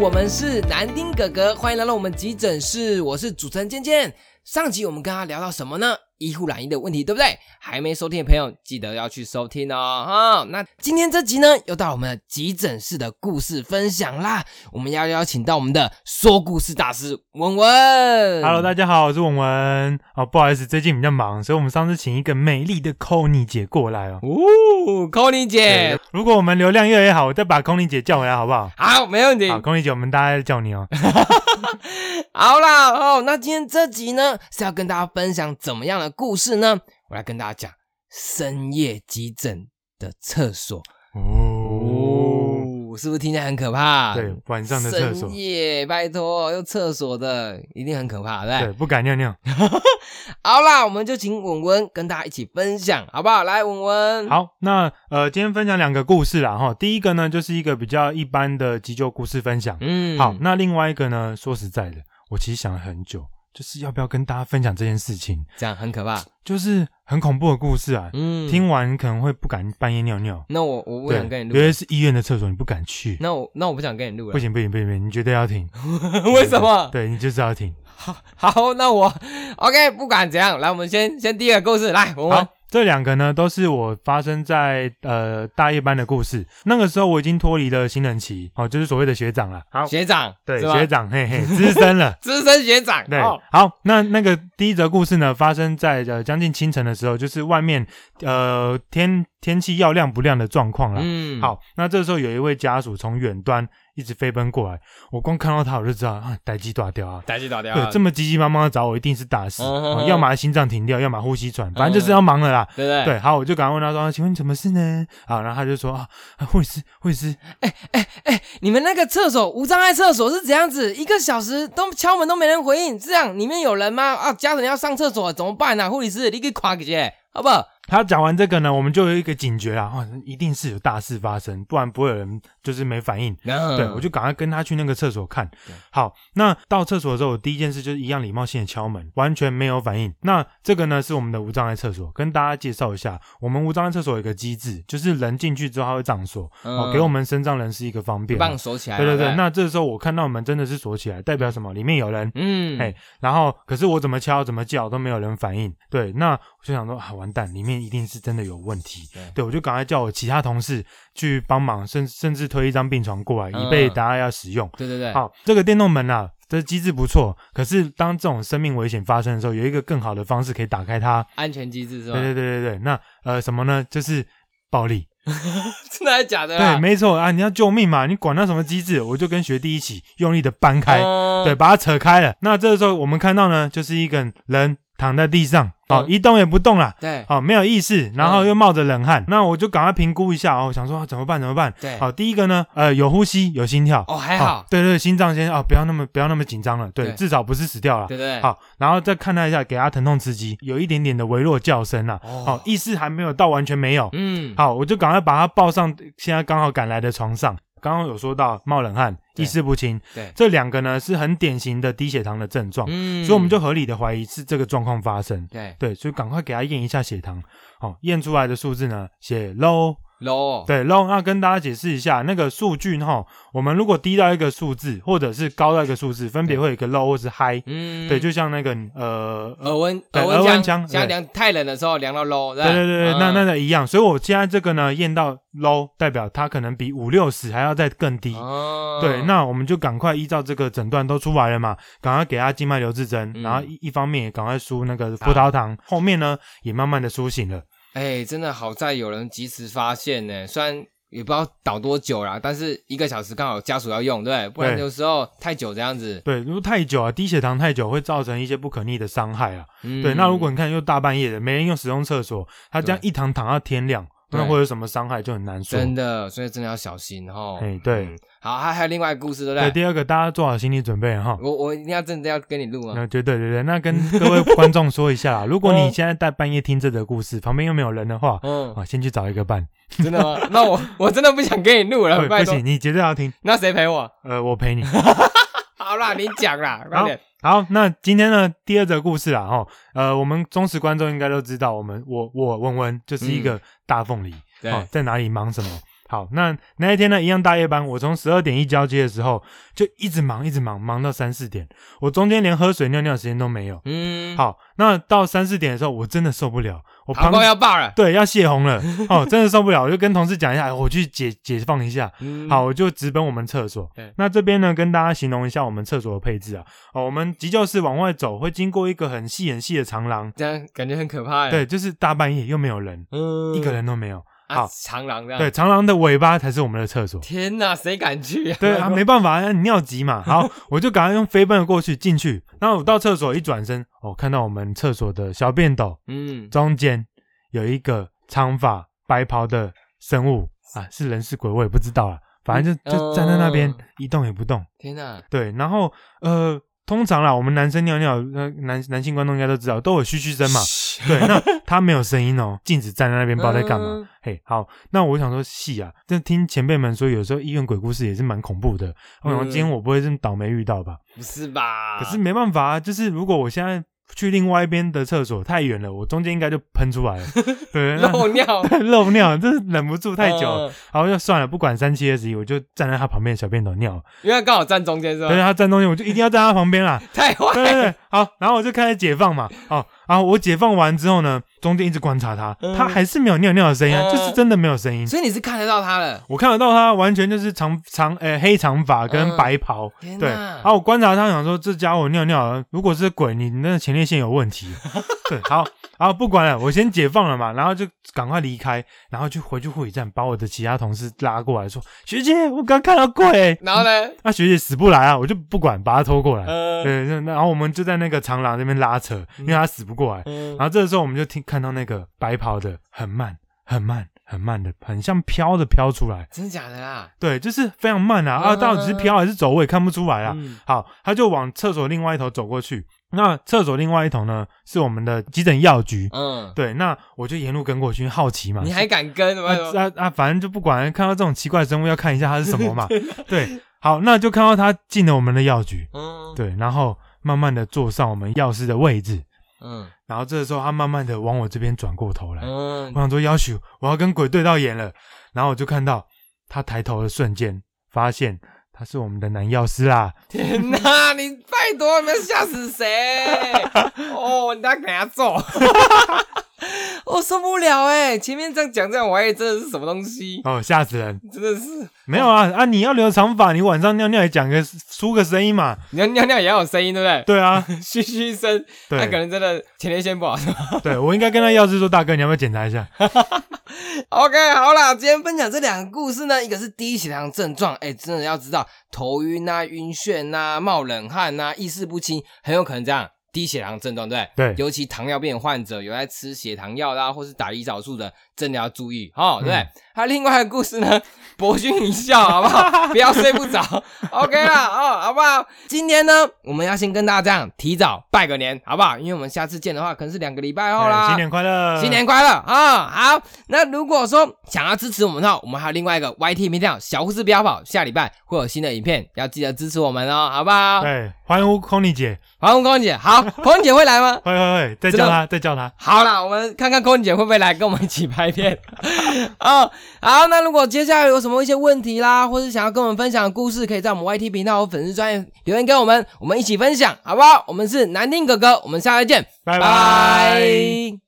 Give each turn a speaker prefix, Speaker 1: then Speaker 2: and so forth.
Speaker 1: 我们是南丁哥哥，欢迎来到我们急诊室，我是主持人健健。上集我们跟他聊到什么呢？医护染疫的问题，对不对？还没收听的朋友，记得要去收听哦。哈、那今天这集呢，又到我们的急诊室的故事分享啦。我们要邀请到我们的说故事大师文文。
Speaker 2: Hello，大家好，我是文文。哦，不好意思，最近比较忙，所以我们上次请一个美丽的 c o n y 姐过来哦。
Speaker 1: 哦 c o n y 姐，
Speaker 2: 如果我们流量越来越好，我再把 c o n y 姐叫回来，好不好？
Speaker 1: 好，没问题。
Speaker 2: 好 c o n y 姐，我们大家叫 你哦。
Speaker 1: 好啦，哦，那今天这集呢是要跟大家分享怎么样的故事呢？我来跟大家讲深夜急诊的厕所
Speaker 2: 哦，
Speaker 1: 哦，是不是听起来很可怕？
Speaker 2: 对，，晚上的厕所
Speaker 1: 啊深，夜，拜托，用厕所的一定很可怕，对不
Speaker 2: 对，
Speaker 1: 对？
Speaker 2: 不敢尿尿。
Speaker 1: 好啦，我们就请文文跟大家一起分享，好不好？来，文文，，
Speaker 2: 好，那呃，今天分享两个故事啦哈。第一个呢，就是一个比较一般的急救故事分享。
Speaker 1: 嗯
Speaker 2: 好，那另外一个呢，说实在的，我其实想了很久，就是要不要跟大家分享这件事情，
Speaker 1: 这样很可怕，
Speaker 2: 就是很恐怖的故事啊。
Speaker 1: 嗯，。
Speaker 2: 听完可能会不敢半夜尿尿。
Speaker 1: 那我我不
Speaker 2: 对，
Speaker 1: 想跟你
Speaker 2: 尤
Speaker 1: 录，
Speaker 2: 其是医院的厕所，你不敢去。
Speaker 1: 那我那我不想跟你录了
Speaker 2: 不，行不行不行不行，你绝对要停。
Speaker 1: 为什么？
Speaker 2: 对，你就是要停。
Speaker 1: 好，那我 OK，不管怎样，来，我们先先第一个故事，来，文文
Speaker 2: 好，，这两个呢都是我发生在呃大夜班的故事。那个时候我已经脱离了新人期，哦，就是所谓的学长了。好
Speaker 1: 学长，
Speaker 2: 对，
Speaker 1: 是吧。
Speaker 2: 学长，嘿嘿，资深了
Speaker 1: 资深学长，
Speaker 2: 对，
Speaker 1: 哦
Speaker 2: 好，那那个第一则故事呢，发生在呃将近清晨的时候，就是外面呃天天气要亮不亮的状况啦。
Speaker 1: 嗯，
Speaker 2: 好，那这时候有一位家属从远端一直飞奔过来，我光看到他我就知道啊，待机大掉啊。
Speaker 1: 打击打掉啊，
Speaker 2: 对，这么急急忙忙的找我，一定是大事，
Speaker 1: 嗯哼
Speaker 2: 哦
Speaker 1: 哼
Speaker 2: 要么心脏停掉，要么呼吸喘，反正就是要忙了啦。
Speaker 1: 对不对？
Speaker 2: 对，好，我就赶快问他说：“请问什么事呢？”啊，然后他就说：“啊，啊护理师，护理师，
Speaker 1: 你们那个厕所无障碍厕所是怎样子？一个小时都敲门都没人回应，这样里面有人吗？啊，家人要上厕所怎么办啊？护理师，你给夸个姐，哎好不好？
Speaker 2: 他讲完这个呢，我们就有一个警觉啊，哦，一定是有大事发生，不然不会有人就是没反应。对，
Speaker 1: 对
Speaker 2: 我就赶快跟他去那个厕所看
Speaker 1: 嗯对。
Speaker 2: 好，那到厕所的时候，我第一件事就是一样礼貌性的敲门，完全没有反应。那这个呢是我们的无障碍厕所，跟大家介绍一下，我们无障碍厕所有一个机制，就是人进去之后它会上锁，
Speaker 1: 嗯
Speaker 2: 哦，给我们身障人士一个方便。
Speaker 1: 棒锁起来，
Speaker 2: 对对
Speaker 1: 不
Speaker 2: 对，那这时候我看到门真的是锁起来，代表什么？里面有人。
Speaker 1: 嗯，
Speaker 2: 哎然后可是我怎么敲怎么叫都没有人反应。对，那我就想说啊，完蛋，里面一定是真的有问题。
Speaker 1: 对
Speaker 2: 对，我就赶快叫我其他同事去帮忙，甚甚至推一张病床过来，
Speaker 1: 嗯
Speaker 2: 以备大家要使用。
Speaker 1: 对对对，
Speaker 2: 好，这个电动门啊，这机制不错。可是当这种生命危险发生的时候，有一个更好的方式可以打开它。
Speaker 1: 安全机制是
Speaker 2: 对
Speaker 1: 吧？
Speaker 2: 对对对对，那呃什么呢？就是暴力。
Speaker 1: 真的还是假的
Speaker 2: 对，
Speaker 1: 啦？
Speaker 2: 没错啊，你要救命嘛，你管那什么机制？我就跟学弟一起用力的搬开，
Speaker 1: 嗯
Speaker 2: 对，把它扯开了。那这个时候我们看到呢，就是一个人躺在地上，哦
Speaker 1: 嗯，
Speaker 2: 一动也不动啦。
Speaker 1: 对
Speaker 2: 哦，没有意识，然后又冒着冷汗，那我就赶快评估一下哦，想说、啊怎么办怎么办？
Speaker 1: 对，
Speaker 2: 好，第一个呢，呃，有呼吸，有心跳，
Speaker 1: 哦还好，
Speaker 2: 对对，心脏先啊、不要那么不要那么紧张了，对，
Speaker 1: 对
Speaker 2: 至少不是死掉了。
Speaker 1: 对对，对，
Speaker 2: 好，然后再看他一下，给他疼痛刺激，有一点点的微弱叫声啦、
Speaker 1: 哦
Speaker 2: 好、意识还没有到完全没有，
Speaker 1: 嗯，
Speaker 2: 好，我就赶快把他抱上现在刚好赶来的床上。刚刚有说到冒冷汗、
Speaker 1: 对
Speaker 2: 意识不清，
Speaker 1: 对
Speaker 2: 这两个呢是很典型的低血糖的症状，
Speaker 1: 嗯，
Speaker 2: 哦所以我们就合理的怀疑是这个状况发生。
Speaker 1: 对
Speaker 2: 对，所以赶快给他验一下血糖。哦，验出来的数字呢写
Speaker 1: 哦
Speaker 2: low，
Speaker 1: low，
Speaker 2: 对 low。那跟大家解释一下，那个数据哈，我们如果低到一个数字，或者是高到一个数字，分别会有一个 low 或是 high。
Speaker 1: 嗯，
Speaker 2: 对，就像那个呃
Speaker 1: 耳温
Speaker 2: 对
Speaker 1: 耳温
Speaker 2: 耳温
Speaker 1: 枪，
Speaker 2: 枪
Speaker 1: 像
Speaker 2: 对
Speaker 1: 量太冷的时候量到 low，对
Speaker 2: 对对对，对，那
Speaker 1: 嗯
Speaker 2: 那个一样，所以我现在这个呢验到 low，代表它可能比五六十还要再更低。
Speaker 1: 哦
Speaker 2: 对，那我们就赶快依照这个诊断都出来了嘛，赶快给他静脉留置针，
Speaker 1: 嗯啊
Speaker 2: 然后一一方面也赶快输那个葡萄糖，后面呢也慢慢的苏醒了。
Speaker 1: 哎、真的好在有人及时发现呢，虽然也不知道倒多久啦，但是一个小时刚好家属要用，对不对，不然
Speaker 2: 对
Speaker 1: 有时候太久这样子。
Speaker 2: 对，如果太久啊，低血糖太久会造成一些不可逆的伤害啊。
Speaker 1: 嗯
Speaker 2: 对，那如果你看又大半夜的，没人用使用厕所，他这样
Speaker 1: 对
Speaker 2: 一躺躺到天亮，
Speaker 1: 对
Speaker 2: 那会有什么伤害就很难说。
Speaker 1: 真的，所以真的要小心哦。
Speaker 2: 哎对
Speaker 1: 嗯好，还还有另外一个故事，对不嗯
Speaker 2: 对，
Speaker 1: 对？
Speaker 2: 第二个大家做好心理准备哈。
Speaker 1: 我我一定要真的要跟你录啊。
Speaker 2: 那对对对对，那跟各位观众说 一下啦，如果你现在在半夜听这则故事，旁边又没有人的话，
Speaker 1: 嗯，
Speaker 2: 啊，先去找一个伴。
Speaker 1: 真的吗？ 那我我真的不想跟你录了，
Speaker 2: 对，
Speaker 1: 呃拜
Speaker 2: 不
Speaker 1: 托。
Speaker 2: 行，你绝对要听，
Speaker 1: 那谁陪我？
Speaker 2: 呃，我陪你。
Speaker 1: 好啦，你讲啦，快点。
Speaker 2: 好，那今天呢，第二则故事啦，哈，呃，我们忠实观众应该都知道，我们我我文文就是一个大凤梨，
Speaker 1: 嗯对
Speaker 2: 哦，在哪里忙什么？好，那那一天呢，一样大夜班，我从十二点一交接的时候就一直忙，一直忙，忙到三四点，我中间连喝水尿尿的时间都没有。
Speaker 1: 嗯，
Speaker 2: 好，那到三四点的时候，我真的受不了，我
Speaker 1: 膀
Speaker 2: 膀
Speaker 1: 胱要爆了。
Speaker 2: 对要泄洪了，哦，真的受不了，我就跟同事讲一下，哎我去解解放一下。
Speaker 1: 嗯
Speaker 2: 好，，我就直奔我们厕所
Speaker 1: 对。
Speaker 2: 那这边呢，跟大家形容一下我们厕所的配置啊。哦，我们急救室往外走，会经过一个很细很细的长廊。
Speaker 1: 这样感觉很可怕耶。
Speaker 2: 对，就是大半夜又没有人，
Speaker 1: 嗯
Speaker 2: 一个人都没有。
Speaker 1: 啊，
Speaker 2: 好
Speaker 1: 长廊这样。
Speaker 2: 对，，长廊的尾巴才是我们的厕 所。
Speaker 1: 天哪，谁敢去啊？
Speaker 2: 对啊，没办法，你尿急嘛。好，我就赶快用飞奔的过去进去。然后我到厕所一转身，哦，看到我们厕所的小便斗
Speaker 1: 嗯，
Speaker 2: 中间有一个长发白袍的生物啊，是人是鬼我也不知道啊，反正就就站在那边、
Speaker 1: 嗯
Speaker 2: 一动也不动。
Speaker 1: 天哪，
Speaker 2: 对，然后呃，通常啦，我们男生尿尿，呃，男男性观众应该都知道，都有嘘嘘声嘛。对， 那他没有声音哦，静止站在那边，不知道在干嘛。
Speaker 1: 嗯
Speaker 2: 嘿，好，那我想说戏啊，但听前辈们说，有时候医院鬼故事也是蛮恐怖的。我想说
Speaker 1: 嗯
Speaker 2: 今天我不会这么倒霉遇到吧？
Speaker 1: 不是吧？
Speaker 2: 可是没办法啊，就是如果我现在去另外一边的厕所太远了，我中间应该就喷出来了。对，那
Speaker 1: 漏尿
Speaker 2: 漏尿，真是忍不住啊 太久了。
Speaker 1: 嗯
Speaker 2: 然后就算了，不管三七二十一，我就站在他旁边的小便斗尿。
Speaker 1: 因为刚好站中间是
Speaker 2: 但是
Speaker 1: 吧？
Speaker 2: 他站中间，我就一定要站他旁边啦。
Speaker 1: 太坏
Speaker 2: 啊对对啊对，好，然后我就开始解放嘛，哦，然后我解放完之后呢，中间一直观察他，
Speaker 1: 嗯
Speaker 2: 他还是没有尿尿的声音啊，
Speaker 1: 嗯
Speaker 2: 就是真的没有声音。
Speaker 1: 所以你是看得到他了。
Speaker 2: 我看得到他完全就是长长呃黑长发跟
Speaker 1: 嗯
Speaker 2: 白袍，
Speaker 1: 天
Speaker 2: 对，
Speaker 1: 哪
Speaker 2: 然后我观察他，想说这家伙尿尿，如果是鬼，你那前列腺有 问题。对，好，然后不管了，我先解放了嘛，然后就赶快离开，然后就回去护理站，把我的其他同事拉过来说：“学姐，我刚看到鬼。”
Speaker 1: 然后呢？
Speaker 2: 那学姐死不来啊，我就不管，把她拖过来。
Speaker 1: 呃，
Speaker 2: 嗯对，那那然后我们就在那个长廊那边拉扯，因为他死不过来。
Speaker 1: 嗯
Speaker 2: 然后这个时候我们就听看到那个白袍的很慢、很慢、很慢的，很像飘的飘出来。
Speaker 1: 真假的啊啦？
Speaker 2: 对，就是非常慢啊啊！
Speaker 1: 嗯
Speaker 2: 到底是飘还是走，我也看不出来啊。
Speaker 1: 嗯
Speaker 2: 好，他就往厕所另外一头走过去。那厕所另外一头呢，是我们的急诊药局。
Speaker 1: 嗯，
Speaker 2: 对，那我就沿路跟过去，好奇嘛。
Speaker 1: 你还敢跟？我
Speaker 2: 啊啊啊！反正就不管，看到这种奇怪的生物，要看一下它是 什么嘛。对，好，那就看到他进了我们的药局。
Speaker 1: 嗯，
Speaker 2: 对，然后慢慢的坐上我们药师的位置，
Speaker 1: 嗯
Speaker 2: 然后这个时候他慢慢的往我这边转过头来，我
Speaker 1: 嗯，
Speaker 2: 想说要求我要跟鬼对到眼了，然后我就看到他抬头的瞬间，发现他是我们的男药师啦，
Speaker 1: 天哪！你拜托，你们吓死 谁？哦，你等下给他揍！ 我受不了哎、前面这样讲这样，我还以为真的是什么东西，
Speaker 2: 哦，吓死人！
Speaker 1: 真的是
Speaker 2: 没有啊啊，你要留长发，你晚上尿尿也讲个出个声音嘛，
Speaker 1: 你要尿尿也要有声音，对不对？
Speaker 2: 对啊，
Speaker 1: 嘘嘘声，那可
Speaker 2: 对
Speaker 1: 能真的前列腺不好。
Speaker 2: 对，我应该跟他药师说，大哥，你要不要检查 一下？
Speaker 1: OK，好啦，今天分享这两个故事呢，一个是低血糖症状，哎、真的要知道头晕啊、晕眩啊、冒冷汗啊、意识不清，很有可能这样低血糖症状，对不对？
Speaker 2: 对
Speaker 1: 尤其糖尿病患者有在吃血糖药啦，或是打胰岛素的，真的要注意哦，对不对。
Speaker 2: 嗯
Speaker 1: 还有另外一个故事呢， 博君一笑，好不 好？不要睡不着，OK 啦，哦，好不好？今天呢，我们要先跟大家这样提早拜个年，好不好？因为我们下次见的话，可能是两个礼拜后啦。
Speaker 2: 对哎新年快乐，
Speaker 1: 新年快乐啊、好，那如果说想要支持我们的话，我们还有另外一个 YT 频道“小护士不要跑”，下礼拜会有新的影片，要记得支持我们哦，好不好？
Speaker 2: 对，欢呼 Conny 姐，
Speaker 1: 欢迎空姐，好，空姐会来吗？
Speaker 2: 会会会，再叫他，再叫他，
Speaker 1: 好啦，我们看看空姐会不会来跟我们一起拍片 哦。好，那如果接下来有什么一些问题啦，或是想要跟我们分享的故事，可以在我们 YT 频道和粉丝专业留言给我们，我们一起分享，好不好？我们是南丁哥哥，我们下回见，
Speaker 2: 拜
Speaker 1: 拜拜